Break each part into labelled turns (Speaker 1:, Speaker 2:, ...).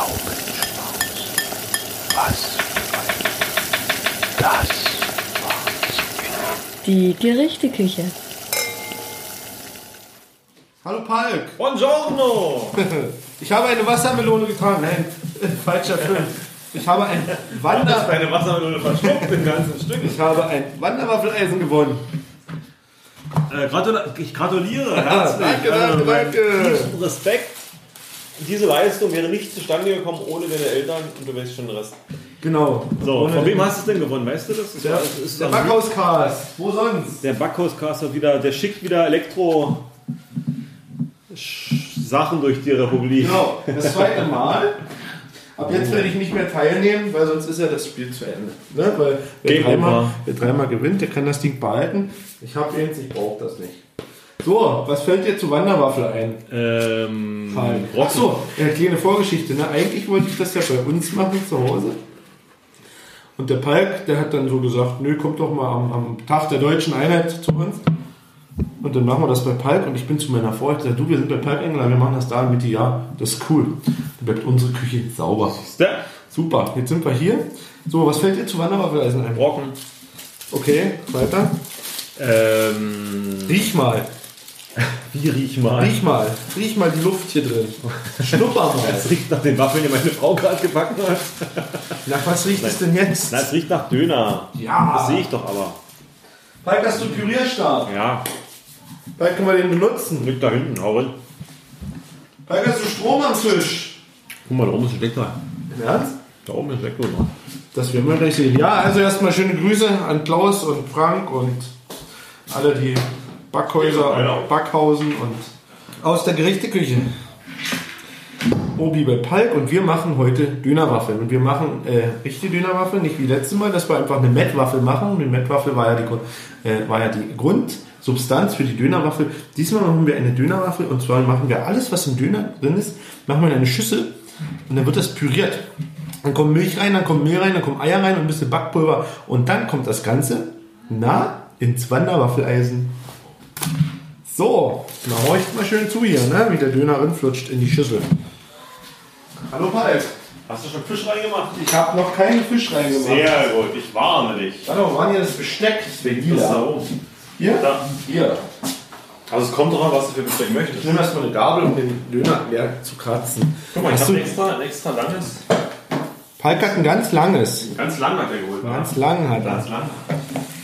Speaker 1: Gaumenschmaus. Was für ein... Das war
Speaker 2: Die Gerichteküche.
Speaker 3: Hallo Palk,
Speaker 4: Buongiorno!
Speaker 3: ich habe eine Wassermelone getragen. Nein, äh, falscher Film. Ich habe ein, Wander
Speaker 4: Deine Wassermelone verschluckt im ganzen Stück.
Speaker 3: ich habe ein Wanderwaffeleisen gewonnen.
Speaker 4: Äh, gratula ich gratuliere
Speaker 3: Danke,
Speaker 4: herzlich.
Speaker 3: danke,
Speaker 4: Also, meinen
Speaker 3: danke.
Speaker 4: Tiefsten Respekt. Diese Leistung wäre nicht zustande gekommen ohne deine Eltern und du weißt schon den Rest.
Speaker 3: Genau.
Speaker 4: So,
Speaker 3: Ohne-
Speaker 4: von wem hast du es denn gewonnen? Weißt du das? das
Speaker 3: Der,
Speaker 4: war- es ist
Speaker 3: der
Speaker 4: also-
Speaker 3: Backhauscast. Wo sonst?
Speaker 4: der Backhauscast hat wieder, der schickt wieder Elektro Sch- Sachen durch die Republik.
Speaker 3: Genau, das zweite Mal. Ab jetzt werde ich nicht mehr teilnehmen, weil sonst ist ja das Spiel zu Ende. Ne? Weil wer
Speaker 4: Game
Speaker 3: dreimal,
Speaker 4: over.
Speaker 3: wer dreimal gewinnt, der kann das Ding behalten. Ich habe eins, ich brauche das nicht. So, was fällt dir zu Wanderwaffel ein?
Speaker 4: Ähm, Rocky.
Speaker 3: Achso, äh, kleine Vorgeschichte. Ne? Eigentlich wollte ich das ja bei uns machen zu Hause. Und der Palk, der hat dann so gesagt, nö, kommt doch mal am, am Tag der deutschen Einheit zu uns. Und dann machen wir das bei Palk und ich bin zu meiner Frau, ich gesagt, du, wir sind bei Palk eingeladen, wir machen das da in Mitte, ja, das ist cool. Dann bleibt unsere Küche sauber.
Speaker 4: Der
Speaker 3: Super, jetzt sind wir hier. So, was fällt dir zu Wanderwaffeleisen ein?
Speaker 4: Brocken.
Speaker 3: Okay, weiter.
Speaker 4: Ähm,
Speaker 3: Riech mal,
Speaker 4: wie riech mal?
Speaker 3: riech mal, riech mal die Luft hier drin. Schnupper mal.
Speaker 4: Es riecht nach den Waffeln, die meine Frau gerade gebacken hat.
Speaker 3: Nach was riecht es denn jetzt?
Speaker 4: Na, es riecht nach Döner.
Speaker 3: Ja.
Speaker 4: Das sehe ich doch aber.
Speaker 3: Palk, hast du einen Pürierstab?
Speaker 4: Ja,
Speaker 3: Bald können wir den benutzen.
Speaker 4: liegt da hinten, hau rein.
Speaker 3: Bald hast du Strom am Tisch.
Speaker 4: Guck mal, da oben ist ein Stecker.
Speaker 3: Im Ernst?
Speaker 4: Da oben ist ein Stecker. dran.
Speaker 3: Das werden wir gleich sehen. Ja, also erstmal schöne Grüße an Klaus und Frank und alle die Backhäuser
Speaker 4: Genau.
Speaker 3: und Backhausen und aus der Gerichteküche. Obi bei Palk und wir machen heute Dönerwaffeln. Und wir machen äh, richtige Dönerwaffeln, nicht wie letztes Mal, dass wir einfach eine Mettwaffel machen. Die Mettwaffel war ja die, Grund, äh, war ja die Grundsubstanz für die Dönerwaffel. Diesmal machen wir eine Dönerwaffel und zwar machen wir alles, was im Döner drin ist, machen wir in eine Schüssel und dann wird das püriert. Dann kommt Milch rein, dann kommt Mehl rein, dann kommen Eier rein und ein bisschen Backpulver und dann kommt das Ganze na ins Wanderwaffeleisen. So, na horcht mal schön zu hier, ne? wie der Döner rinflutscht in die Schüssel. Hallo Palk,
Speaker 4: Hast du schon Fisch reingemacht?
Speaker 3: ich habe noch keinen Fisch reingemacht.
Speaker 4: Sehr gut, ich warne dich.
Speaker 3: Warte mal, waren hier das Besteck? Das wäre
Speaker 4: Das ist da
Speaker 3: hier.
Speaker 4: oben.
Speaker 3: Hier?
Speaker 4: Da.
Speaker 3: Hier.
Speaker 4: Also es kommt doch an, was du für Besteck
Speaker 3: Ich
Speaker 4: möchtest.
Speaker 3: nehme erstmal eine Gabel, um den Döner leer zu kratzen.
Speaker 4: Guck mal, ich
Speaker 3: Hast
Speaker 4: habe
Speaker 3: du-
Speaker 4: ein extra, ein extra langes.
Speaker 3: Palk hat ein ganz langes.
Speaker 4: Ganz lang hat er geholt. wa?
Speaker 3: Ganz lang hat er.
Speaker 4: Ganz lang.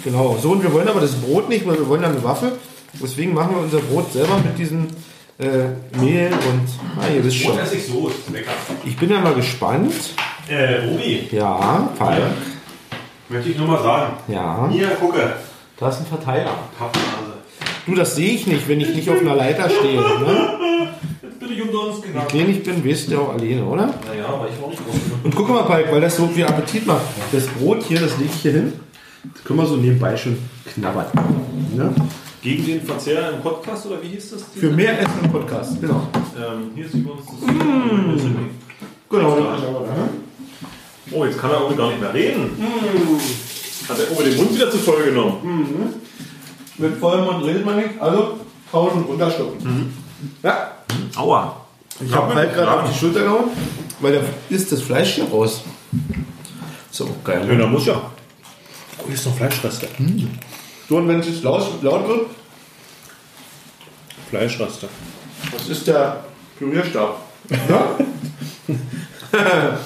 Speaker 3: Genau. So, und wir wollen aber das Brot nicht, weil wir wollen ja eine Waffe. Deswegen machen wir unser Brot selber mit diesem äh, Mehl und. Ah, ihr wisst schon.
Speaker 4: Brot esse ich so, ist lecker.
Speaker 3: Ich bin ja mal gespannt.
Speaker 4: Äh, Obi,
Speaker 3: Ja, Palk.
Speaker 4: möchte ich nur mal sagen.
Speaker 3: Ja.
Speaker 4: Hier, gucke. also.
Speaker 3: Da ist ein Verteiler.
Speaker 4: Pappnase.
Speaker 3: Du, das sehe ich nicht, wenn ich nicht auf einer Leiter stehe. Ne?
Speaker 4: Jetzt bin ich umsonst gegangen.
Speaker 3: Wenn ich bin, weißt du ja auch alleine, oder?
Speaker 4: Naja, aber ich war nicht groß genug.
Speaker 3: Und guck mal, Palk, weil das so viel Appetit macht. Das Brot hier, das lege ich hier hin. Das können wir so nebenbei schon knabbern. Ne?
Speaker 4: Gegen den Verzehr im Podcast, oder wie hieß das?
Speaker 3: Für mehr Essen im Podcast. Genau.
Speaker 4: Ähm, hier ist übrigens das... Mmh.
Speaker 3: Genau.
Speaker 4: Oh, jetzt kann er irgendwie gar nicht mehr reden. Hat er oben den Mund wieder zu voll genommen.
Speaker 3: Mit Vollmond redet man nicht, also tauschen und runterschlucken. Ja.
Speaker 4: Aua.
Speaker 3: Ich habe Palk gerade auf die Schulter gehauen, weil da ist das Fleisch hier raus. So, geil.
Speaker 4: Döner muss ja. Oh, hier ist noch Fleischreste. Hm?
Speaker 3: So, und wenn es jetzt laut, laut wird,
Speaker 4: Fleischreste.
Speaker 3: das ist der Pürierstab. Ja?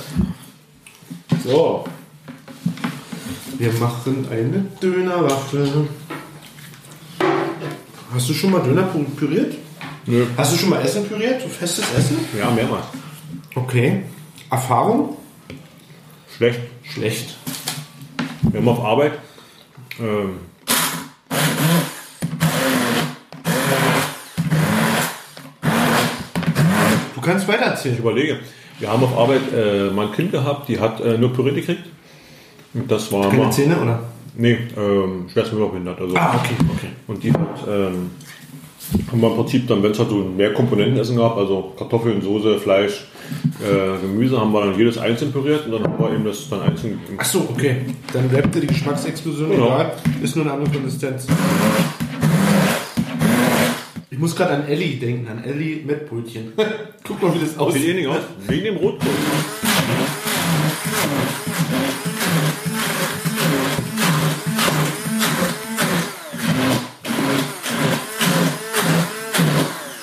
Speaker 3: so. Wir machen eine Dönerwaffe. Hast du schon mal Döner pü- püriert?
Speaker 4: Nö.
Speaker 3: Hast du schon mal Essen püriert? So festes Essen?
Speaker 4: Ja, mehrmals.
Speaker 3: Okay. Erfahrung?
Speaker 4: Schlecht.
Speaker 3: Schlecht.
Speaker 4: Wir haben auf Arbeit. Ähm,
Speaker 3: Du kannst
Speaker 4: ich
Speaker 3: weitererzählen.
Speaker 4: überlege. Wir haben auf Arbeit äh, mal ein Kind gehabt, die hat äh, nur Püree gekriegt. Und das war
Speaker 3: Keine
Speaker 4: mal.
Speaker 3: Zähne, oder?
Speaker 4: Nee, ähm, schwerst überbehindert. Also.
Speaker 3: Ah, okay, okay.
Speaker 4: Und die hat, ähm, haben wir im Prinzip dann, wenn es halt so ein Mehrkomponentenessen gab, also Kartoffeln, Soße, Fleisch, äh, Gemüse, haben wir dann jedes einzeln püriert und dann haben wir eben das dann einzeln gegeben.
Speaker 3: Ach so, okay. Dann bleibt dir die Geschmacksexplosion
Speaker 4: Genau.
Speaker 3: egal. Ist nur eine andere Konsistenz. Ich muss gerade an Ellie denken, an Ellie mit Brötchen. Guck mal, wie das
Speaker 4: Sieht
Speaker 3: aussieht.
Speaker 4: ähnlich aus. Wegen dem Rotkohl.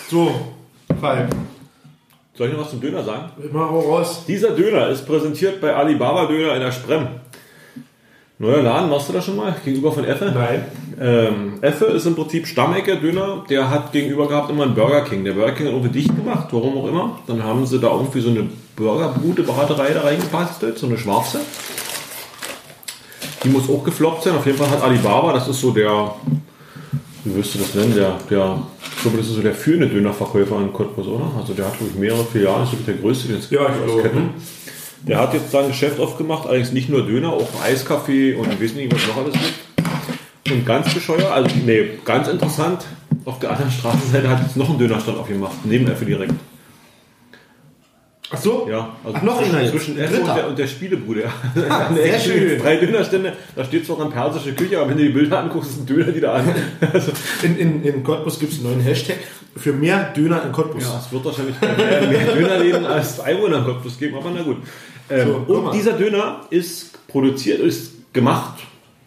Speaker 3: So, Falk,
Speaker 4: Soll ich noch was zum Döner sagen?
Speaker 3: immer hau raus.
Speaker 4: Dieser Döner ist präsentiert bei Alibaba Döner in der Sprem. Neuer Laden, warst du da schon mal? Gegenüber von Effe?
Speaker 3: Nein.
Speaker 4: Ähm, Effe ist im Prinzip Stammecke Döner. Der hat gegenüber gehabt immer einen Burger King. Der Burger King hat irgendwie dicht gemacht, warum auch immer. Dann haben sie da irgendwie so eine Burgerbrute Braterei da reingepastet, so eine schwarze. Die muss auch gefloppt sein. Auf jeden Fall hat Alibaba, das ist so der, wie wirst du das nennen, der, der ich glaube, das ist so der führende Dönerverkäufer in Cottbus, oder? Also der hat, glaube ich, mehrere Filialen, ist, glaube ich, der größte, den es
Speaker 3: Ja, ich
Speaker 4: als
Speaker 3: glaube,
Speaker 4: Kette.
Speaker 3: hm.
Speaker 4: Der hat jetzt sein Geschäft aufgemacht, allerdings nicht nur Döner, auch Eiskaffee und ich weiß nicht, was noch alles gibt. Und ganz bescheuert, also nee, ganz interessant, auf der anderen Straßenseite hat jetzt noch einen Dönerstand aufgemacht, neben Effe direkt.
Speaker 3: Ach so?
Speaker 4: Ja, also
Speaker 3: Ach, noch
Speaker 4: zwischen,
Speaker 3: einer jetzt.
Speaker 4: zwischen Effe und
Speaker 3: Dritter.
Speaker 4: der, und der Spielebruder.
Speaker 3: Ah,
Speaker 4: Nee,
Speaker 3: sehr
Speaker 4: es sind
Speaker 3: schön.
Speaker 4: Drei Dönerstände, da steht zwar an persische Küche, aber wenn du die Bilder anguckst, ist ein Döner wieder an. Also,
Speaker 3: In, in, in Cottbus gibt es einen neuen Hashtag für mehr Döner in Cottbus.
Speaker 4: ja, es wird wahrscheinlich mehr, mehr Dönerläden als Einwohner im Cottbus geben, aber na gut. Ähm,
Speaker 3: So, guck mal.
Speaker 4: und dieser Döner ist produziert, ist gemacht,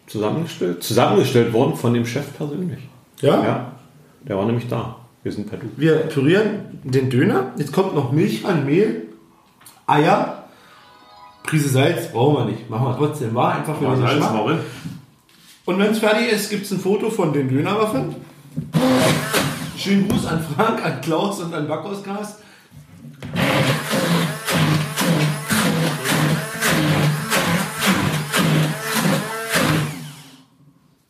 Speaker 4: zusammengestellt, zusammengestellt worden von dem Chef persönlich.
Speaker 3: Ja?
Speaker 4: Ja, der war nämlich da. Wir sind per Du.
Speaker 3: Wir pürieren den Döner. Jetzt kommt noch Milch an, Mehl, Eier, Prise Salz. Brauchen wir nicht. Machen wir trotzdem. War einfach für den Geschmack. Und wenn es fertig ist, gibt es ein Foto von den Dönerwaffen. Schönen Gruß an Frank, an Klaus und an Backhauscast.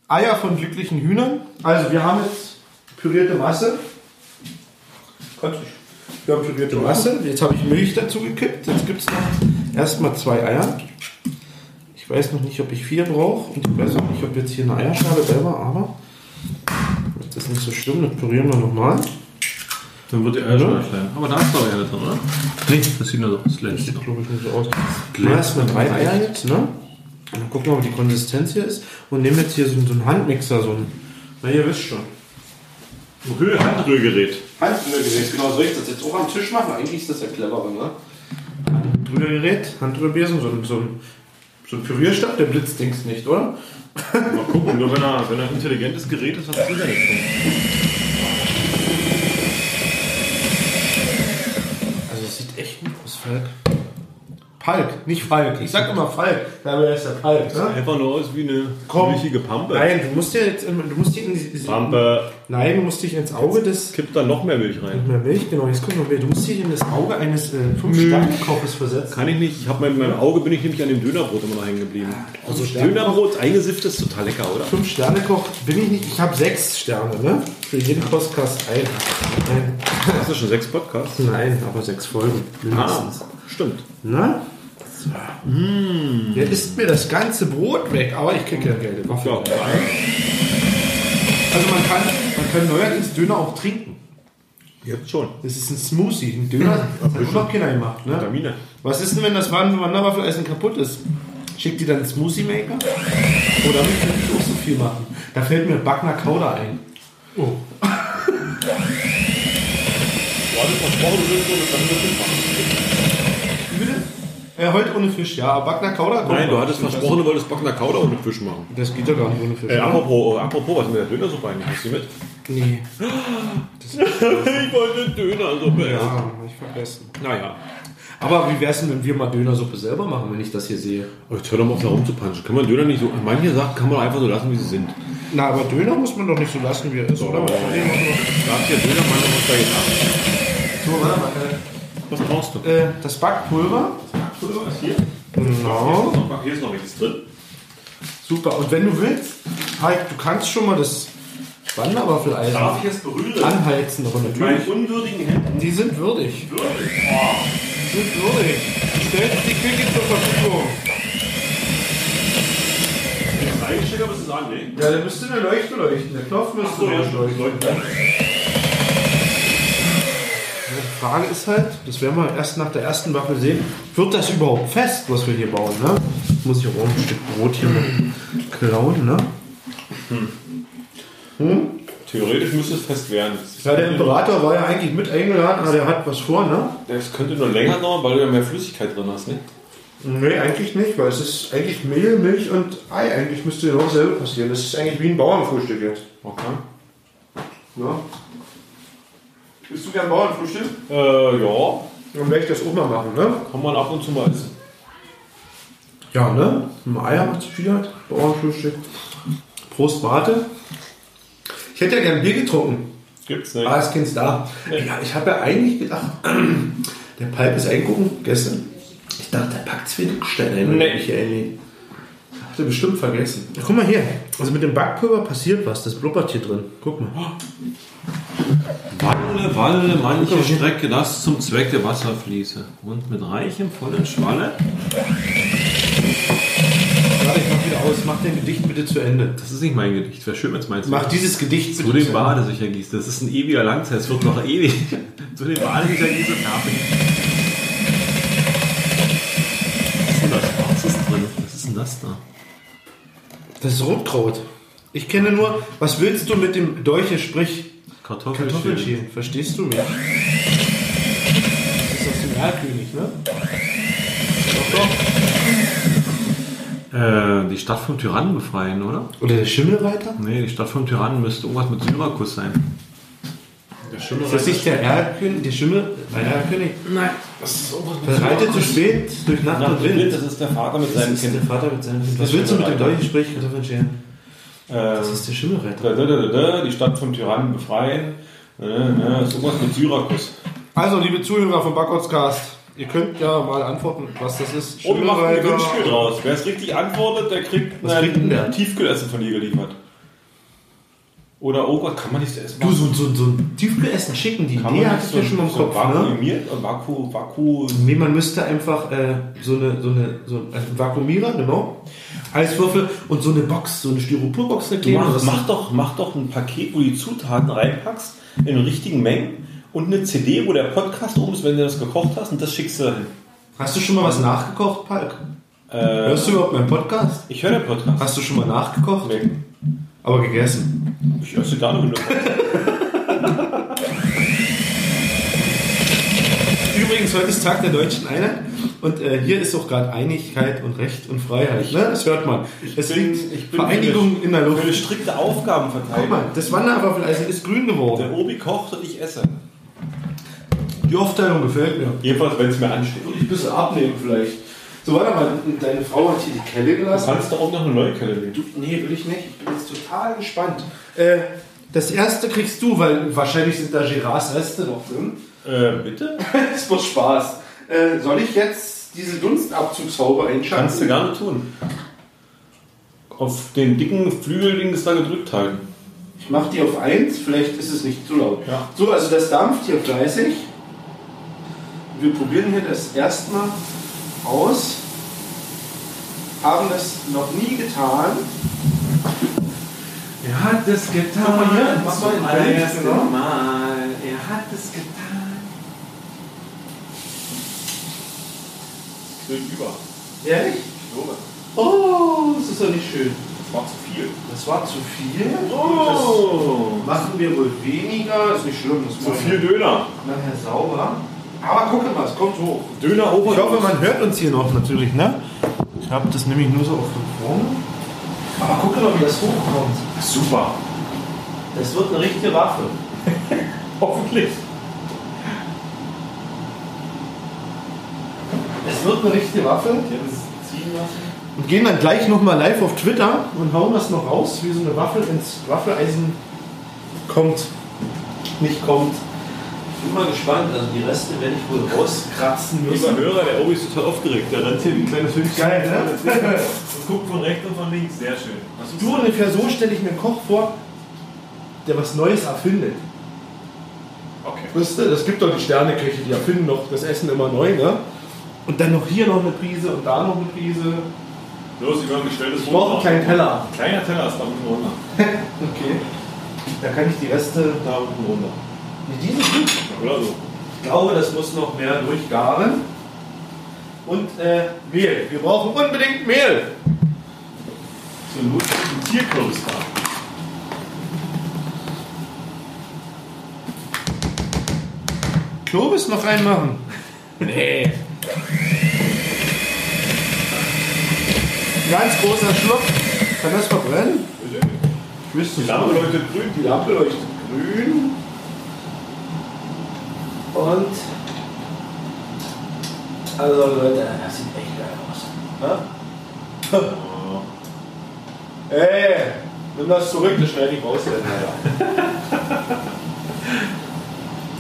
Speaker 3: Eier von glücklichen Hühnern. Also wir haben jetzt pürierte Masse. Quatsch. Wir haben pürierte Masse. Jetzt habe ich Milch dazu gekippt. Jetzt gibt es noch erstmal zwei Eier. Ich weiß noch nicht, ob ich vier brauche und ich weiß auch nicht, ob jetzt hier eine Eierschale selber, aber das ist nicht so schlimm, das pürieren wir nochmal.
Speaker 4: Dann wird die
Speaker 3: Eierschale
Speaker 4: klein. Aber da ist doch Erde drin, oder? Nee, das sieht nur so aus.
Speaker 3: Das sieht, glaube ich, nicht so aus. Mal erstmal drei Eier jetzt, ne? Und dann gucken wir mal, wie die Konsistenz hier ist und nehmen jetzt hier so, so einen Handmixer, so einen, na ihr wisst schon.
Speaker 4: Höhe Handrührgerät.
Speaker 3: Handrührgerät, genau so ich das jetzt auch am Tisch machen. Eigentlich ist das ja cleverer, ne? Handrührgerät, Handrührbesen, so ein, so ein, so ein Pürierstab, der blitzt links nicht, oder?
Speaker 4: Mal gucken, nur wenn er, wenn er ein intelligentes Gerät ist, hat er sicher nichts drin.
Speaker 3: Also es sieht echt gut aus, Falk. Palk, nicht Falk. Ich sag immer Falk, aber er ist der Palk, ne?
Speaker 4: Einfach nur aus wie eine
Speaker 3: Komm.
Speaker 4: milchige Pampe.
Speaker 3: Nein, du musst dir jetzt, im- du musst dir in die,
Speaker 4: Pampe
Speaker 3: Nein, du musst dich ins Auge des
Speaker 4: kippt da noch mehr Milch rein.
Speaker 3: Na, Milch, genau, jetzt guck mal, du musst dich in das Auge eines äh, Fünf-Sterne-Koches versetzen.
Speaker 4: Kann ich nicht. Ich hab mein, meinem Auge bin ich nämlich an dem Dönerbrot immer noch hängen geblieben. Also Dönerbrot eingesifft ist total lecker, oder?
Speaker 3: Fünf Sterne Koch bin ich nicht. Ich habe sechs Sterne, ne? Für jeden Podcast ein. Nein,
Speaker 4: Hast du schon sechs Podcasts?
Speaker 3: nein aber sechs Folgen mindestens.
Speaker 4: Ah, stimmt.
Speaker 3: Ne? So.
Speaker 4: Hm.
Speaker 3: Der isst mir das ganze Brot weg, aber ich krieg ja Geld. Waffe.
Speaker 4: Ja.
Speaker 3: Also man kann, man kann neuerdings Döner auch trinken.
Speaker 4: Jetzt schon.
Speaker 3: Das ist ein Smoothie, ein Döner. Das hat noch keiner gemacht, ne?
Speaker 4: Vitamine.
Speaker 3: Was ist denn, wenn das Waffen- Wanderwaffeleisen kaputt ist? Schickt die dann einen Smoothie Maker? Oder damit kann ich auch so viel machen. Da fällt mir Backner Kauder ein. Oh. Bitte? Äh, heute ohne Fisch, ja. Aber Backner Kauder kommt
Speaker 4: Nein, du
Speaker 3: noch.
Speaker 4: hattest versprochen, du wolltest Backner Kauder und mit Fisch machen.
Speaker 3: Das geht doch gar nicht ohne Fisch.
Speaker 4: Äh,
Speaker 3: oder?
Speaker 4: apropos, äh, apropos, was ist mit der Dönersuppe eigentlich? Hast du die mit?
Speaker 3: Nee.
Speaker 4: Ich wollte eine Dönersuppe. Ja.
Speaker 3: Ah, hab ich vergessen.
Speaker 4: Naja.
Speaker 3: Aber wie wär's denn, wenn wir mal Dönersuppe selber machen, wenn ich das hier sehe?
Speaker 4: Aber Oh, jetzt hör doch mal auf, da rumzupanschen. Kann man Döner nicht so... Manche Sachen kann man einfach so lassen, wie sie sind.
Speaker 3: Na, aber Döner muss man doch nicht so lassen, wie er ist, oder?
Speaker 4: Doch. Da hat der Dönermann was da gedacht.
Speaker 3: So, warte mal. Äh,
Speaker 4: Was brauchst du?
Speaker 3: äh, das Backpulver.
Speaker 4: Pulver ist hier.
Speaker 3: Genau.
Speaker 4: Hier ist noch nichts drin.
Speaker 3: Super. Und wenn du willst, Heik, du kannst schon mal das Wanderwaffeleisen
Speaker 4: ich es berühren?
Speaker 3: anheizen, aber natürlich.
Speaker 4: unwürdigen Händen
Speaker 3: Die sind würdig.
Speaker 4: würdig.
Speaker 3: Die sind würdig. Stellt die Küche zur Verfügung.
Speaker 4: Oh, Einstecker müssen sagen, ne? nee.
Speaker 3: Ja, der müsste eine Leuchte leuchten. Der Knopf müsste Die Frage ist halt, das werden wir erst nach der ersten Waffel sehen, wird das überhaupt fest, was wir hier bauen, ne? Muss ich auch ein Stück Brot hier mal klauen, ne? Hm?
Speaker 4: Theoretisch müsste es fest werden.
Speaker 3: Ja, der Imperator war ja eigentlich mit eingeladen, aber der hat was vor, ne?
Speaker 4: Das könnte nur länger dauern, weil du ja mehr Flüssigkeit drin hast, ne?
Speaker 3: Nee, eigentlich nicht, weil es ist eigentlich Mehl, Milch und Ei. Eigentlich müsste genau dasselbe passieren. Das ist eigentlich wie ein Bauernfrühstück jetzt. ne?
Speaker 4: Okay.
Speaker 3: Ja. Bist du gern Bauernfrühstück?
Speaker 4: Äh, ja,
Speaker 3: Dann werde ich das auch mal machen, ne?
Speaker 4: kann man ab und zu mal essen.
Speaker 3: Ja, ne? Ein Eier macht sich viel hat. Bauernfrühstück. Prost, Mate. Ich hätte ja gern Bier getrunken.
Speaker 4: Gibt's ne? nicht.
Speaker 3: Ah, ist keins da. Ja, ich habe ja eigentlich gedacht, der Palp ist eingucken gestern. Ich dachte, der packt zwei Stücksteine hin.
Speaker 4: Nee.
Speaker 3: Ich erinnere. Hatte bestimmt vergessen. Ja, guck mal hier. Also mit dem Backpulver passiert was. Das blubbert hier drin. Guck mal.
Speaker 4: Walle, walle, manche Strecke, das zum Zweck der Wasserfließe. Und mit reichem, vollen Schwalle.
Speaker 3: Warte, ich mach wieder aus. Mach dein Gedicht bitte zu Ende.
Speaker 4: Das ist nicht mein Gedicht, wäre schön, wenn es meins wäre.
Speaker 3: Mach dieses Gedicht
Speaker 4: Zu dem Bade sich ergießt. Das ist ein ewiger Langzeit, es wird noch ewig. Zu dem Bade sich ergießt und fertig. Was ist denn da Schwarzes drin? Was ist denn das da?
Speaker 3: Das ist Rotkraut. Ich kenne nur, was willst du mit dem Dolche, sprich
Speaker 4: Kartoffelschälen.
Speaker 3: Kartoffelschälen? Verstehst du mich? Das ist aus dem Erlkönig, ne? Doch,
Speaker 4: Äh, die Stadt vom Tyrannen befreien, oder?
Speaker 3: doch. Oder der Schimmelreiter?
Speaker 4: Nee, die Stadt vom Tyrannen müsste irgendwas mit Syrakus sein.
Speaker 3: Der Schimmelreiter. Ist das nicht der Erlkönig? Der Schimmel? Der Erlkönig? Nein. Bereitet zu spät durch Nacht und Wind.
Speaker 4: das ist der Vater mit
Speaker 3: Das ist der Vater mit seinem Kind. Was willst du mit dem Dolche, sprich Kartoffelschälen? Das
Speaker 4: Ähm,
Speaker 3: ist der Schimmelreiter.
Speaker 4: da, da, da, da, die Stadt vom Tyrannen befreien. Äh, äh, das ist irgendwas mit Syrakus.
Speaker 3: Also, liebe Zuhörer vom Backholzcast, ihr könnt ja mal antworten, was das ist.
Speaker 4: Und Oh, wir machen ein Gewinnspiel draus. Wer es richtig antwortet, der kriegt
Speaker 3: Was kriegt denn der?
Speaker 4: Tiefkühlessen von dir geliefert. Oder oh Gott, kann man nicht essen?
Speaker 3: Du, so, so, so ein Tiefkühlessen schicken, die
Speaker 4: kann
Speaker 3: Idee
Speaker 4: man
Speaker 3: hattest du ja schon mal im
Speaker 4: so
Speaker 3: Kopf, ne?
Speaker 4: vakuumiert, ne? Vaku, Vaku.
Speaker 3: Nee, man müsste einfach äh, so eine, so eine, so ein- also ein Vakuumierer, genau, Eiswürfel und so eine Box, so eine Styroporbox da
Speaker 4: Du
Speaker 3: kleben.
Speaker 4: mach,
Speaker 3: Das-
Speaker 4: mach, doch, mach doch ein Paket, wo du die Zutaten reinpackst, in richtigen Mengen. Und eine CD, wo der Podcast oben ist, wenn du das gekocht hast, und das schickst du dahin.
Speaker 3: Hast du schon mal was nachgekocht, Palk?
Speaker 4: Äh,
Speaker 3: Hörst du überhaupt meinen Podcast?
Speaker 4: ich höre den Podcast.
Speaker 3: Hast du schon mal nachgekocht?
Speaker 4: Nee,
Speaker 3: Aber gegessen.
Speaker 4: ich höre sie gar nicht. wenn du-
Speaker 3: Übrigens, heute ist Tag der deutschen Einheit und äh, hier ist auch gerade Einigkeit und Recht und Freiheit. Ne? Das hört man. Es
Speaker 4: bin-
Speaker 3: liegt
Speaker 4: ich bin für
Speaker 3: Vereinigung in der
Speaker 4: Für eine
Speaker 3: Luft.
Speaker 4: strikte Aufgabenverteilung.
Speaker 3: Guck mal, das Wanderwaffeleisen ist grün geworden.
Speaker 4: Der Obi kocht und ich esse.
Speaker 3: Die Aufteilung gefällt mir.
Speaker 4: Jedenfalls, wenn es mir ansteht.
Speaker 3: Und ich ein bisschen abnehmen vielleicht. So, warte mal, deine Frau hat hier die Kelle
Speaker 4: Du
Speaker 3: gelassen.
Speaker 4: kannst doch auch noch eine neue Kelle nehmen.
Speaker 3: Du, nee, will ich nicht. Ich bin jetzt total gespannt. Äh, das erste kriegst du, weil wahrscheinlich sind da Gerards Reste noch drin.
Speaker 4: Äh, bitte?
Speaker 3: das macht Spaß. Äh, soll ich jetzt diese Dunstabzugshaube einschalten?
Speaker 4: Kannst du gerne tun. Auf den dicken Flügeldings da gedrückt halten.
Speaker 3: Ich mach die auf 1, vielleicht ist es nicht zu laut.
Speaker 4: Ja.
Speaker 3: So, also das dampft hier fleißig. Wir probieren hier das erstmal aus. Haben das noch nie getan.
Speaker 5: Er hat es getan.
Speaker 3: Guck mal hier, mach mal
Speaker 5: zum
Speaker 3: in Bild,
Speaker 5: allerersten
Speaker 3: genau.
Speaker 5: Mal. Er hat es getan.
Speaker 4: Über.
Speaker 3: Ehrlich? Oh, das ist doch nicht schön.
Speaker 4: Das war zu viel.
Speaker 3: Das war zu viel.
Speaker 4: Oh!
Speaker 3: Das machen wir wohl weniger. Ist nicht schlimm, das
Speaker 4: Zu
Speaker 3: machen
Speaker 4: viel Döner.
Speaker 3: wir nachher sauber. Aber guck mal, es kommt hoch.
Speaker 4: Döner oben.
Speaker 3: Ich hoffe, man hört uns hier noch natürlich, ne? Ich habe das nämlich nur so aufgewogen. Aber guck mal, wie das hochkommt.
Speaker 4: Super.
Speaker 3: Das wird eine richtige Waffe.
Speaker 4: Hoffentlich.
Speaker 3: Es wird eine richtige Waffe.
Speaker 4: Ich hätte es ziehen lassen.
Speaker 3: Und gehen dann gleich nochmal live auf Twitter und hauen das noch raus, wie so eine Waffe ins Waffeleisen kommt. Nicht kommt. Ich bin mal gespannt, also die Reste werde ich wohl rauskratzen
Speaker 4: Lieber Hörer, der Obi ist total aufgeregt. Der rennt hier wie ein kleines Hündchen.
Speaker 3: Geil, ne?
Speaker 4: Und guckt von rechts und von links. Sehr schön. Was
Speaker 3: Du ungefähr so stelle ich mir einen Koch vor, der was Neues erfindet.
Speaker 4: Okay.
Speaker 3: Wisst ihr, es gibt doch die Sterneküche, die erfinden noch das Essen immer neu, ne? Und dann noch hier noch eine Prise und da noch eine Prise.
Speaker 4: Los, ich habe ein gestelltes
Speaker 3: Ich brauche einen kleinen Teller.
Speaker 4: Kleiner Teller ist da unten runter.
Speaker 3: Okay. Da kann ich die Reste
Speaker 4: Da unten runter.
Speaker 3: mit diesem Stück.
Speaker 4: Oder so.
Speaker 3: Ich glaube, das muss noch mehr durchgaren. Und äh, Mehl. Wir brauchen unbedingt Mehl.
Speaker 4: So ein Tierkloster.
Speaker 3: Klobis noch reinmachen? Nee. Ganz großer Schluck. Kann das verbrennen? Ich wüsste
Speaker 4: Die
Speaker 3: es
Speaker 4: Lampe
Speaker 3: nicht.
Speaker 4: leuchtet grün, die Lampe leuchtet grün.
Speaker 6: Und. Also Leute, das sieht echt geil aus.
Speaker 3: Ey, nimm das zurück, das schneide ich raus.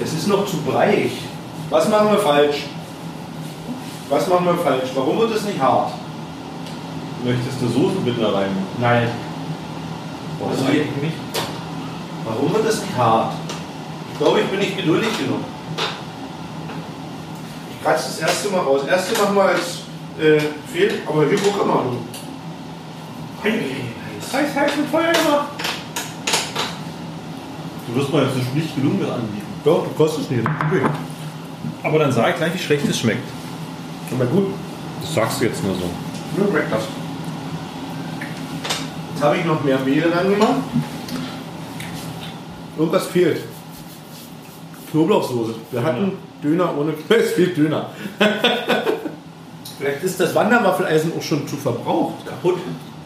Speaker 3: Es ist noch zu breiig. Was machen wir falsch? Was machen wir falsch? Warum wird es nicht hart?
Speaker 4: Möchtest du Soßenbinder rein?
Speaker 3: Nein.
Speaker 4: Also eigentlich nicht.
Speaker 3: Warum wird es nicht hart? Ich glaube, ich bin nicht geduldig genug. Ich kratze das erste Mal raus. Das erste machen wir als äh, Fehl, aber wir gucken mal.
Speaker 4: Heiß, heiß mit Feuer gemacht. Du wirst mir jetzt nicht gelungen anbieten.
Speaker 3: Doch, du kostest nicht. Okay.
Speaker 4: Aber dann sag gleich, wie schlecht es schmeckt.
Speaker 3: Aber gut,
Speaker 4: Das sagst du jetzt nur so.
Speaker 3: nur schmeckt das. Jetzt habe ich noch mehr Mehl dran gemacht. Irgendwas fehlt. Knoblauchsoße. Wir hatten Döner ohne Knoblauch. Es fehlt Döner. Vielleicht ist das Wanderwaffeleisen auch schon zu verbraucht.
Speaker 4: Kaputt.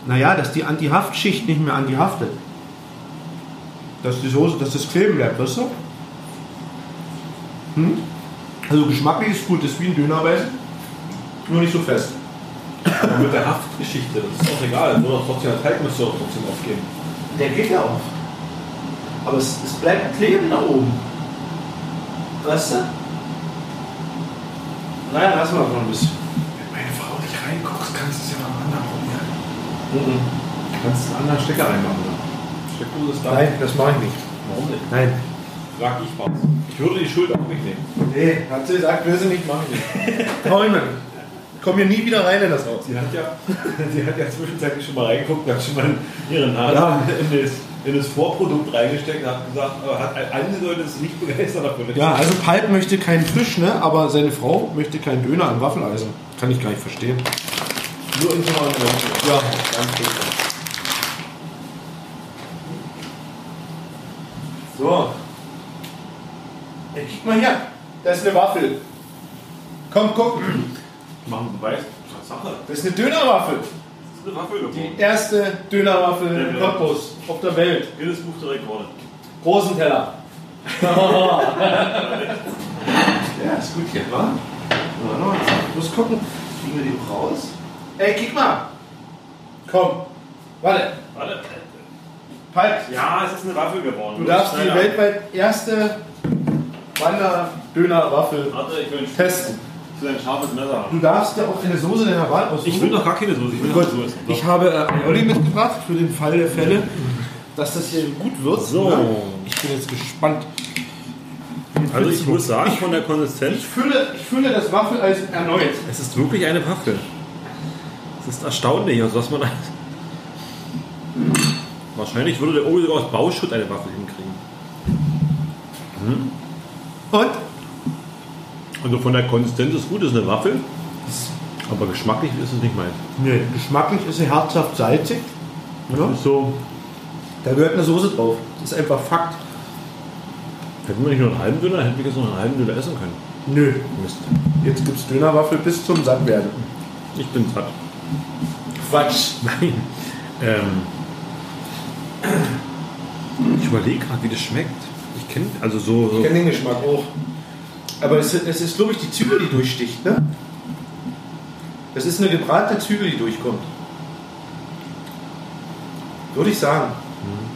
Speaker 3: Naja, dass die Antihaftschicht nicht mehr antihaftet. Dass die Soße, dass das kleben bleibt, weißt du? Hm? Also geschmacklich ist gut, das ist wie ein Dönerweißen, nur nicht so fest.
Speaker 4: Aber mit der Haftgeschichte, das ist auch egal. Nur noch trotzdem der Teig müsste doch trotzdem aufgehen.
Speaker 6: Der geht ja auf. Aber es, es bleibt kleben da oben. Weißt du?
Speaker 3: Naja, lass mal noch ein bisschen.
Speaker 5: Wenn meine Frau nicht reinguckst, kannst du es ja mal anderen probieren.
Speaker 4: Du Mhm. kannst einen anderen Stecker reinmachen. Oder? Steckdose ist da.
Speaker 3: das mache ich nicht.
Speaker 4: Warum nicht?
Speaker 3: Nein.
Speaker 4: Sag ich was. Ich würde die Schuld auf mich nehmen.
Speaker 3: Nee, hat sie gesagt, will sie nicht, mache ich nicht. Träume. Komm hier nie wieder rein in das Haus.
Speaker 4: Die hat ja, die hat ja zwischenzeitlich schon mal reingeguckt, hat schon mal ihre Nase
Speaker 3: Ja.
Speaker 4: in, das, in das Vorprodukt reingesteckt und hat gesagt, äh, hat angedeutet, dass sie nicht begeistert davon ist.
Speaker 3: Ja, also Palp möchte keinen Fisch, ne? aber seine Frau möchte keinen Döner im Waffeleisen. Kann ich gar nicht verstehen.
Speaker 4: Nur in Schmarrn.
Speaker 3: Ja.
Speaker 4: Ganz gut.
Speaker 3: So. Ey, guck mal hier. Das ist eine Waffel. Komm, guck.
Speaker 4: Machen Beweis. Tatsache.
Speaker 3: Das ist eine Dönerwaffel.
Speaker 4: Das ist eine Waffe
Speaker 3: Die
Speaker 4: geworden.
Speaker 3: erste Dönerwaffel in
Speaker 4: Ja, ja.
Speaker 3: Cottbus auf der Welt.
Speaker 4: Guinness Buch der Rekorde.
Speaker 3: Großen Teller.
Speaker 5: Ja, ist gut hier, wa?
Speaker 3: Muss gucken.
Speaker 5: Kriegen wir die auch raus?
Speaker 3: Ey, guck mal. Komm. Warte.
Speaker 4: Warte.
Speaker 3: Halt.
Speaker 4: Ja, es ist eine Waffe geworden.
Speaker 3: Du darfst die
Speaker 4: Schneider.
Speaker 3: weltweit erste Wander-Dönerwaffel
Speaker 4: Warte, ich will ein
Speaker 3: testen.
Speaker 4: zu ein scharfes Messer haben.
Speaker 3: Du darfst dir auch eine Soße deiner Wahl aussuchen.
Speaker 4: Ich will noch gar keine Soße, ich will
Speaker 3: Gut,
Speaker 4: noch so essen.
Speaker 3: Oh ich habe äh, Aioli mitgebracht für den Fall der Fälle, dass das hier gut wird.
Speaker 4: So.
Speaker 3: Ja, Ich bin jetzt gespannt.
Speaker 4: Also ich muss sagen, von der Konsistenz,
Speaker 3: Ich fülle, ich fülle das Waffeleisen erneut.
Speaker 4: es ist wirklich eine Waffe. Es ist erstaunlich, aus was man da... Wahrscheinlich würde der Obi sogar aus Bauschutt eine Waffe hinkriegen.
Speaker 3: Und?
Speaker 4: Also von der Konsistenz ist gut, ist eine Waffe. Aber geschmacklich ist es nicht meins.
Speaker 3: Nee, geschmacklich ist sie herzhaft salzig. Ja?
Speaker 4: Ist so,
Speaker 3: Da gehört eine Soße drauf. Das ist einfach Fakt.
Speaker 4: hätten wir nicht nur einen halben Döner, hätten wir jetzt noch einen halben Döner essen können.
Speaker 3: Nö.
Speaker 4: Mist.
Speaker 3: Jetzt gibt's Dönerwaffel bis zum Sattwerden.
Speaker 4: Ich bin satt.
Speaker 3: Quatsch.
Speaker 4: Nein. Ähm, ich überlege gerade, wie das schmeckt. Ich kenne, also so,
Speaker 3: Ich
Speaker 4: so
Speaker 3: kenne den Geschmack auch. Aber es, ist- es ist, glaube ich, die Zwiebel, die durchsticht, ne? Das ist eine gebrannte Zwiebel, die durchkommt. Würde ich sagen. Mhm.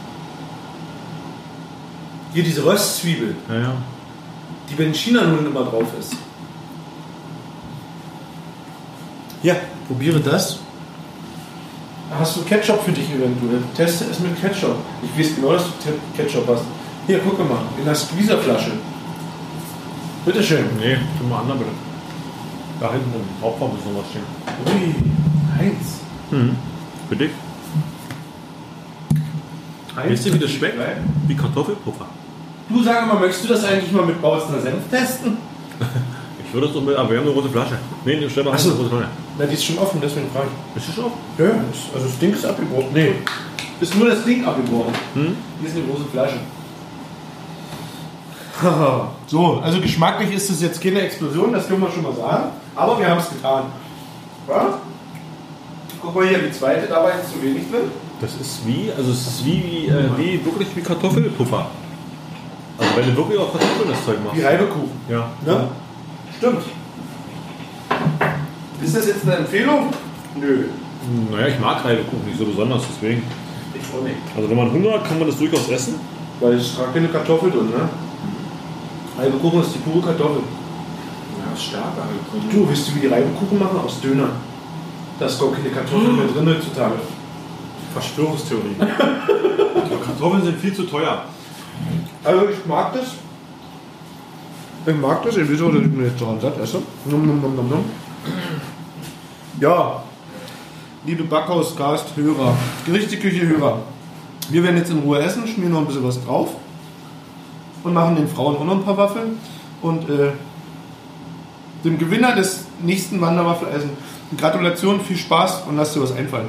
Speaker 3: Hier diese Röstzwiebel,
Speaker 4: naja,
Speaker 3: die bei den China-Nudeln immer drauf ist. Ja, probiere das. Hast du Ketchup für dich eventuell? Teste es mit Ketchup. Ich weiß genau, dass du Te- Ketchup hast. Hier, guck mal, in der Squeezerflasche. Bitteschön.
Speaker 4: nee, tu mal anderen bitte. Da hinten im Hauptraum ist noch was stehen.
Speaker 3: Ui, Heinz.
Speaker 4: Mhm. Für dich? Wisst ihr, wie das schmeckt? Wie Kartoffelpuffer.
Speaker 3: Du sag mal, möchtest du das eigentlich mal mit Bautzner Senf testen?
Speaker 4: Ich würde es doch mit, aber wir haben eine rote Flasche. Nee, nee, stell mal
Speaker 3: Ach
Speaker 4: rein,
Speaker 3: so.
Speaker 4: eine rote Flasche.
Speaker 3: Na, die ist schon offen, deswegen frage
Speaker 4: Ist das auch?
Speaker 3: ich. Ja, ist, also das Ding ist abgebrochen. Nee, Hm? ist nur das Ding abgebrochen. Hier ist eine große Flasche. so, also geschmacklich ist es jetzt keine Explosion, das können wir schon mal sagen. Aber wir haben es getan. Ja? Guck mal hier, die zweite, da war jetzt zu wenig drin.
Speaker 4: Das ist wie, also es ist wie, wie, äh, wie wirklich wie Kartoffelpuffer. Also wenn du wirklich auf Kartoffeln das Zeug machst.
Speaker 3: Die Reibekuchen.
Speaker 4: Ja.
Speaker 3: Ne?
Speaker 6: Stimmt.
Speaker 3: Ist das jetzt eine Empfehlung? Nö.
Speaker 4: Naja, ich mag Reibekuchen nicht so besonders, deswegen.
Speaker 6: Ich auch nicht.
Speaker 4: Also wenn man Hunger hat, kann man das durchaus essen.
Speaker 3: Weil es ist gar keine Kartoffel drin, ne? Reibekuchen ist die pure Kartoffel.
Speaker 5: Ja, ist stark angekommen.
Speaker 3: Du, willst du wie die Reibekuchen machen? Aus Döner. Da ist gar keine
Speaker 5: Hm.
Speaker 3: Kartoffel mehr drin heutzutage.
Speaker 4: Verschwörungstheorie. Kartoffeln sind viel zu teuer.
Speaker 3: Also ich mag das. Ich mag das, ihr wisst auch, dass ich mir jetzt daran satt esse. Nom, nom, nom, nom, nom. Ja, liebe Backhauscast-Hörer, Gerichteküche-Hörer, wir werden jetzt in Ruhe essen, schmieren noch ein bisschen was drauf und machen den Frauen auch noch ein paar Waffeln und äh, dem Gewinner des nächsten Wanderwaffeleisen Gratulation, viel Spaß und lass dir was einfallen.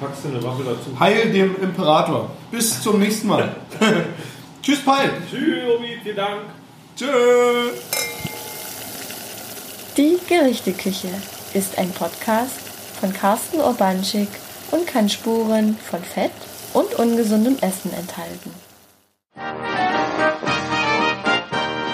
Speaker 4: Packst du eine Waffel dazu?
Speaker 3: Heil dem Imperator. Bis zum nächsten Mal. Tschüss, Pai.
Speaker 4: Tschüss, Robi, vielen Dank.
Speaker 3: Tschüss.
Speaker 2: Die Gerichteküche ist ein Podcast von Carsten Urbanschik und kann Spuren von Fett und ungesundem Essen enthalten.